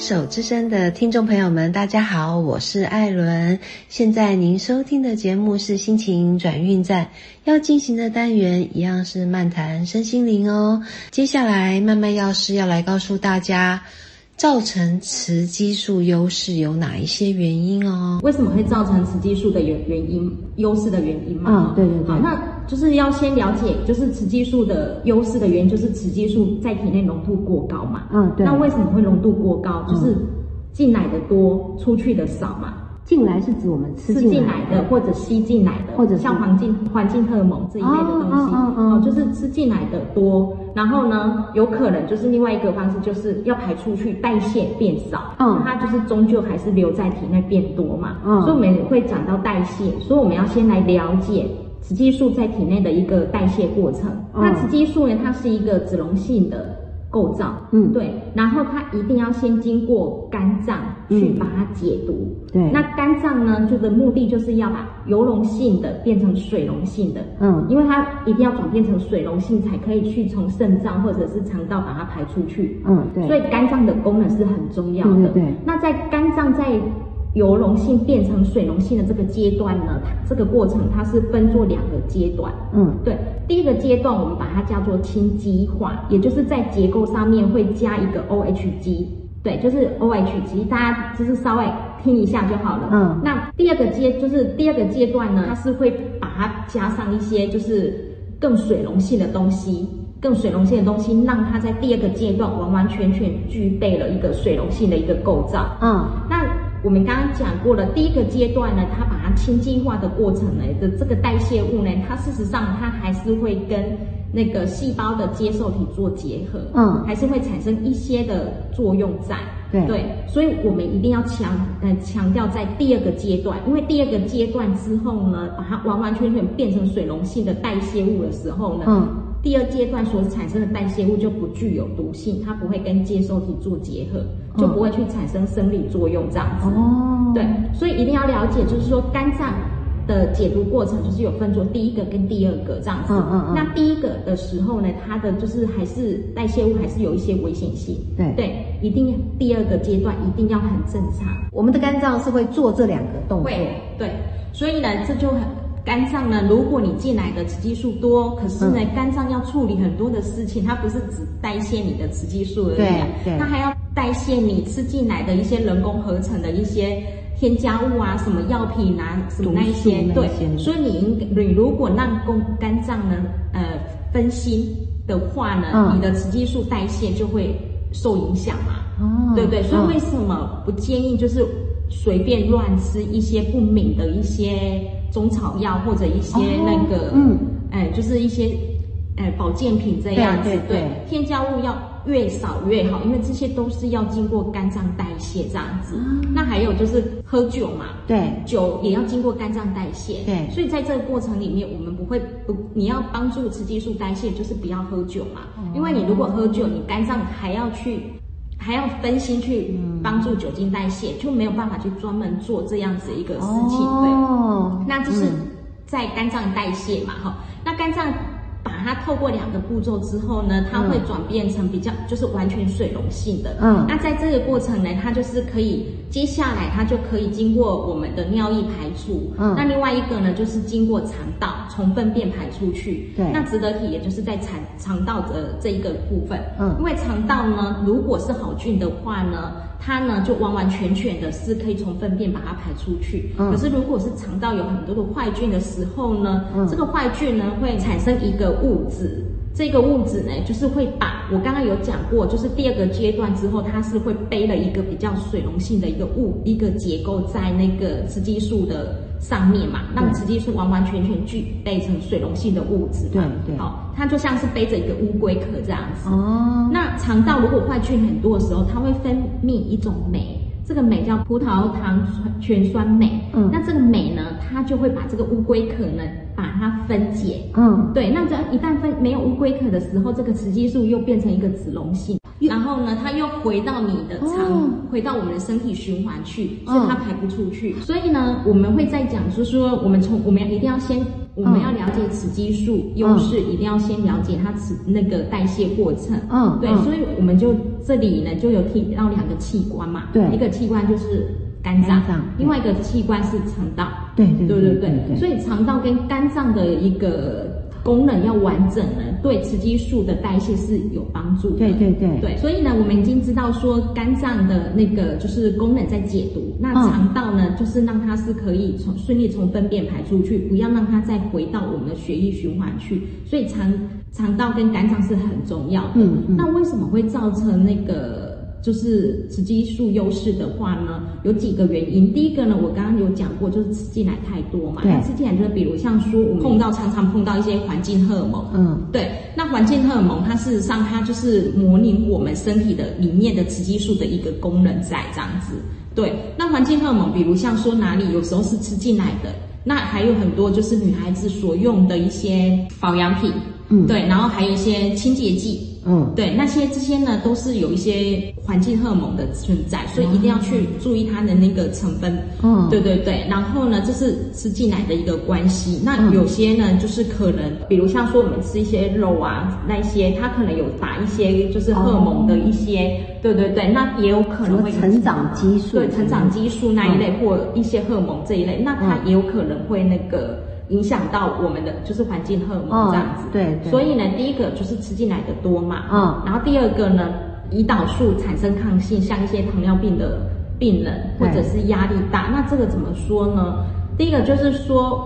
手之声的听众朋友们，大家好，我是艾伦。现在您收听的节目是心情转运站，要进行的单元一样是漫谈身心灵哦。接下来，慢慢药师要来告诉大家，造成雌激素优势有哪一些原因哦。为什么会造成雌激素的原原因优势的原因嘛？嗯对对对好，那就是要先了解，就是雌激素的优势的原因，就是雌激素在体内浓度过高嘛。嗯那为什么会浓度过高？就是进来的多，出去的少嘛。进来是指我们吃吃进来的或者吸进来的，或者是像环境环境荷尔蒙这一类的东哦哦西，哦哦哦就是吃进来的多，然后呢，有可能就是另外一个方式，就是要排出去，代谢变少，嗯那它就是终究还是留在体内变多嘛，嗯所以我们也会讲到代谢，所以我们要先来了解。雌激素在体内的一个代谢过程，嗯那雌激素呢，它是一个脂溶性的构造，嗯对，然后它一定要先经过肝脏去嗯把它解毒，对那肝脏呢，就的目的就是要把油溶性的变成水溶性的，嗯因为它一定要转变成水溶性，才可以去从肾脏或者是肠道把它排出去。嗯所以肝脏的功能是很重要对的。对对那在肝脏在油溶性变成水溶性的这个阶段呢，它这个过程它是分作两个阶段。嗯对，第一个阶段我们把它叫做氢基化，也就是在结构上面会加一个 OH 基，对，就是 OH 基，大家就是稍微听一下就好了。嗯那第二个阶就是第二个阶段呢，它是会把它加上一些就是更水溶性的东西。更水溶性的东西，让它在第二个阶段完完全全具备了一个水溶性的一个构造。嗯那我们刚刚讲过了，第一个阶段呢，它把它氢基化的过程呢的这个代谢物呢，它事实上它还是会跟那个细胞的接受体做结合，嗯还是会产生一些的作用在。对所以我们一定要强呃强调在第二个阶段，因为第二个阶段之后呢，把它完完全全变成水溶性的代谢物的时候呢，嗯第二阶段所产生的代谢物就不具有毒性，它不会跟接受体做结合，就不会去产生生理作用这样子。嗯哦对，所以一定要了解，就是说肝脏的解毒过程就是有分作第一个跟第二个这样子。嗯嗯嗯那第一个的时候呢，它的就是还是代谢物还是有一些危险性。对对，一定第二个阶段一定要很正常。我们的肝脏是会做这两个动作，会，对，所以呢，这就很肝脏呢，如果你进来的雌激素多，可是嗯呢，肝脏要处理很多的事情，它不是只代谢你的雌激素而已啊、对对它还要代谢你吃进来的一些人工合成的一些。添加物啊，什么药品啊，什么那一些毒素，那对一些，所以你应该你如果让肝肝脏呢，呃，分心的话呢，嗯你的雌激素代谢就会受影响嘛。哦对不对，所嗯以为什么不建议就是随便乱吃一些不明的一些中草药或者一些那个、嗯，哎、就是一些哎、保健品这样子，对对对添加物要越少越好，因为这些都是要经过肝脏代谢这样子。啊那还有就是喝酒嘛，对酒也要经过肝脏代谢，对所以在这个过程里面，我们不会不，你要帮助雌激素代谢，就是不要喝酒嘛，哦因为你如果喝酒，你肝脏还要去，还要分心去嗯帮助酒精代谢，就没有办法去专门做这样子一个事情，哦对，那就是嗯在肝脏代谢嘛，哈，那肝脏。把它透过两个步骤之后呢，它会转变成比较就是完全水溶性的，嗯那在这个过程呢，它就是可以，接下来它就可以经过我们的尿液排出。嗯那另外一个呢，就是经过肠道从粪便排出去。对那值得体也就是在肠肠道的这一个部分。嗯因为肠道呢，如果是好菌的话呢，它呢就完完全全的是可以从粪便把它排出去。嗯可是如果是肠道有很多的坏菌的时候呢，嗯这个坏菌呢会产生一个物质。这个物质呢，就是会把我刚刚有讲过，就是第二个阶段之后，它是会背了一个比较水溶性的一个物一个结构在那个雌激素的上面嘛，嗯让雌激素完完全全具备成水溶性的物质嘛。对对好，它就像是背着一个乌龟壳这样子。哦那肠道如果坏菌很多的时候，它会分泌一种酶，这个酶叫葡萄糖醛酸酶。嗯那这个酶呢，它就会把这个乌龟壳呢，把它分解。嗯对，那这样一旦分没有乌龟壳的时候，这个雌激素又变成一个脂溶性，然后呢，它又回到你的肠，哦回到我们的身体循环去，所嗯以它排不出去。所以呢，我们会在讲，就是说我们从我们一定要先我嗯们要了解雌激素优势，一定要先了解它雌那个代谢过程。嗯对，嗯所以我们就这里呢就有提到两个器官嘛，对一个器官就是肝脏，肝脏另外一个器官是肠道。对对对对对对所以肠道跟肝脏的一个功能要完整呢，对雌激素的代谢是有帮助的。对对对对，所以呢，我们已经知道说肝脏的那个就是功能在解毒，那嗯肠道呢，就是让它是可以从顺利从粪便排出去，不要让它再回到我们的血液循环去。所以肠肠道跟肝脏是很重要的。嗯嗯那为什么会造成那个？就是雌激素优势的话呢，有几个原因。第一个呢，我刚刚有讲过，就是吃进来太多嘛。对那吃进来就是比如像说我们碰到常常碰到一些环境荷尔蒙，嗯对，那环境荷尔蒙它事实上它就是模拟我们身体的里面的雌激素的一个功能在这样子。对，那环境荷尔蒙，比如像说哪里有时候是吃进来的，那还有很多就是女孩子所用的一些保养品，嗯对，然后还有一些清洁剂，嗯，对，那些这些呢，都是有一些环境荷尔蒙的存在，所以一定要去注意它的那个成分。嗯对对对。然后呢，这是吃进来的一个关系。嗯那有些呢，就是可能，比如像说我们吃一些肉啊，那一些它可能有打一些就是荷尔蒙的一些，对对对，那也有可能会什么成长激素对，成长激素那一类、或一些荷尔蒙这一类，那它嗯也有可能会那个。影响到我们的就是环境荷尔蒙哦这样子，对对所以呢，第一个就是吃进来的多嘛，嗯然后第二个呢，胰岛素产生抗性，像一些糖尿病的病人或对者是压力大，那这个怎么说呢？第一个就是说，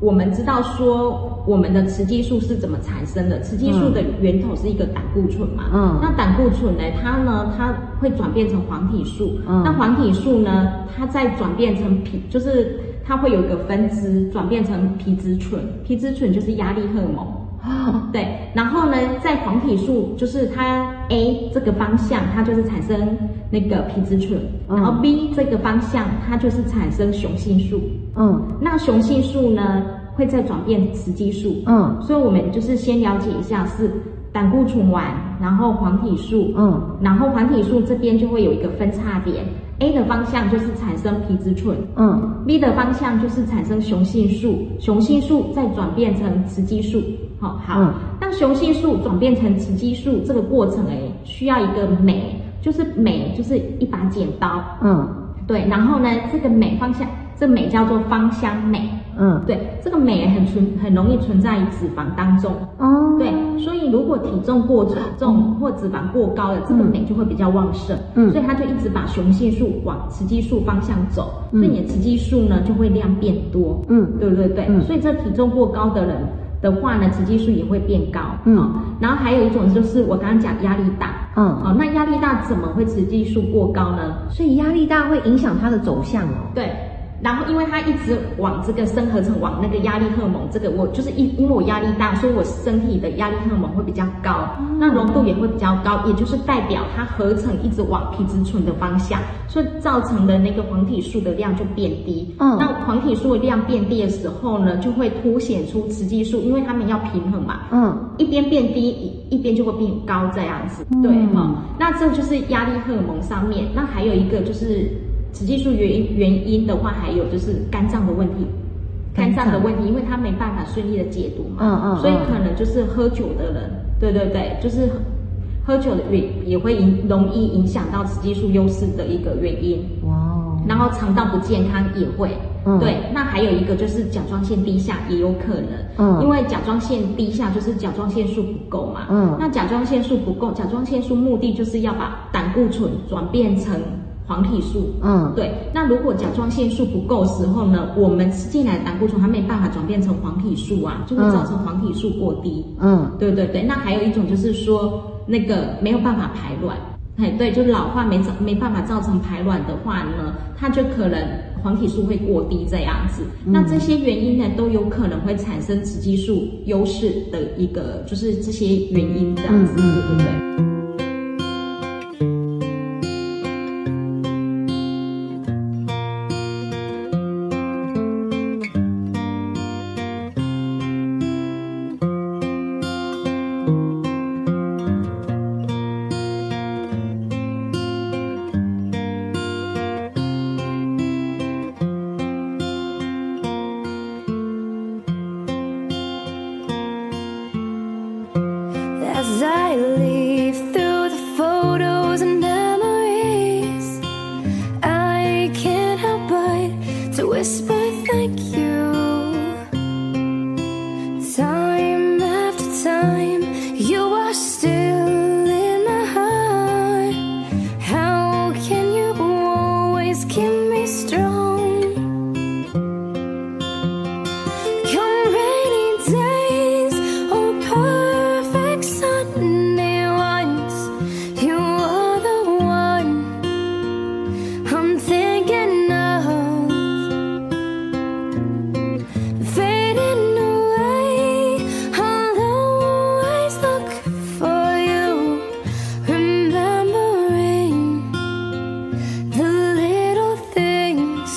我们知道说我们的雌激素是怎么产生的，雌激素的源头是一个胆固醇嘛，嗯那胆固醇呢，它呢它会转变成黄体素，嗯那黄体素呢，它再转变成皮，就是它会有一个分支转变成皮质醇，皮质醇就是压力荷尔蒙。嗯对，然后呢，在黄体素就是它 A 这个方向，它就是产生那个皮质醇，嗯然后 B 这个方向，它就是产生雄性素。嗯那雄性素呢，会再转变雌激素。嗯所以我们就是先了解一下是胆固醇丸，然后黄体素，嗯，然后黄体素这边就会有一个分叉点，A 的方向就是产生皮质醇，嗯 B 的方向就是产生雄性素，雄性素再转变成雌激素。好、好，嗯那雄性素转变成雌激素这个过程，哎，需要一个镁，就是镁，就是一把剪刀，嗯对。然后呢，这个镁方向，这镁叫做芳香镁，嗯，对，这个镁很存，很容易存在于脂肪当中。哦，对，所以如果体重过重或脂肪过高了，这个嗯镁就会比较旺盛，嗯所以它就一直把雄性素往雌激素方向走，所以你的雌激素呢就会量变多，嗯对不对对，嗯所以这体重过高的人的话呢，雌激素也会变高，嗯哦然后还有一种就是我刚刚讲压力大，嗯好、那压力大怎么会雌激素过高呢？所以压力大会影响它的走向哦。对，然后因为它一直往这个深合成，往那个压力荷尔蒙这个，我就是因因为我压力大，所以我身体的压力荷尔蒙会比较高，那浓度也会比较高，也就是代表它合成一直往皮质醇的方向，所以造成的那个黄体素的量就变低。嗯那黄体素的量变低的时候呢，就会凸显出雌激素，因为它们要平衡嘛，嗯一边变低，一一边就会变高这样子，嗯对哈、那这就是压力荷尔蒙上面，那还有一个就是雌激素原因原因的话，还有就是肝脏的问题，肝肝脏脏的问题，因为它没办法顺利的解毒嘛，嗯嗯所以嗯可能就是喝酒的人，对对对，就是喝酒的也也会影容易影响到雌激素优势的一个原因。哇哦，然后肠道不健康也会。嗯对，那还有一个就是甲状腺低下也有可能，嗯因为甲状腺低下就是甲状腺素不够嘛，嗯那甲状腺素不够，甲状腺素目的就是要把胆固醇转变成黄体素，嗯对，那如果甲状腺素不够的时候呢，我们吃进来的胆固醇它没办法转变成黄体素啊，就会造成黄体素过低，嗯对对对，那还有一种就是说那个没有办法排卵，哎，对，就是老化没造没办法造成排卵的话呢，它就可能黄体素会过低这样子。嗯那这些原因呢，都有可能会产生雌激素优势的一个，就是这些原因这样子，嗯嗯对不对？ I leaf through the photos and memories, I can't help but to whisper thank you. Time after time, you are still in my heart. How can you always keep me strong? Come rainy days or perfect Sunday ones, you are the one I'm thinking of fading away. I'll always look for you, remembering the little things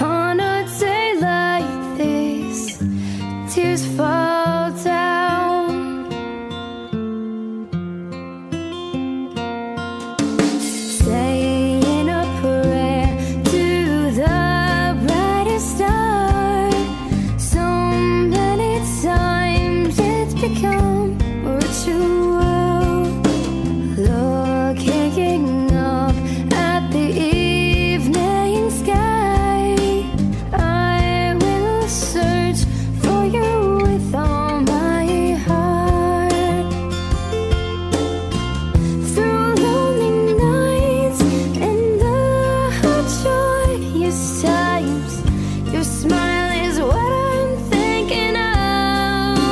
on a day like this. Tears fall down. Saying a prayer to the brightest star. So many times it's become a ritual. Looking up at the evening sky, I will search for you with all my heart through lonely nights and the hot joyous times. Your smile is what I'm thinking of.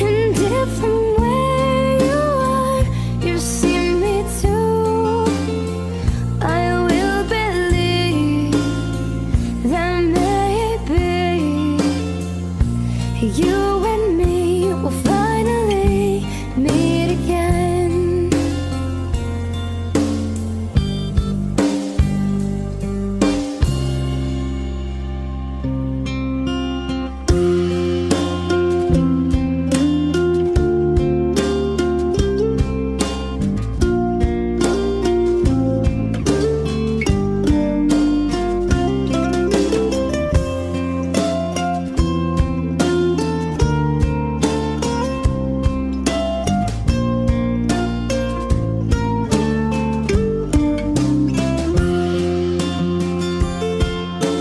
And if from where you are, you see me too, I will believe that maybe you and me will finally meet again.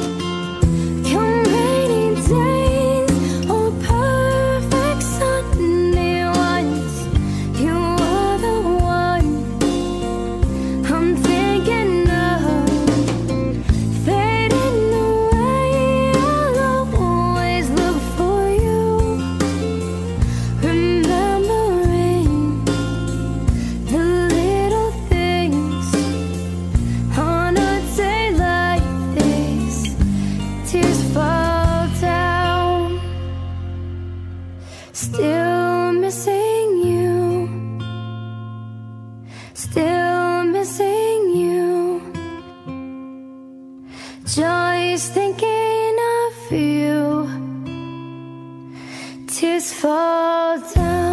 Come rainy days or perfect Sunday ones, you are the one I'm thinking of. Fading away, I'll always look for you, remembering the little things on a day like this tears fall down. Still missing you. Still missing you. Joy's thinking of you. Tears fall down.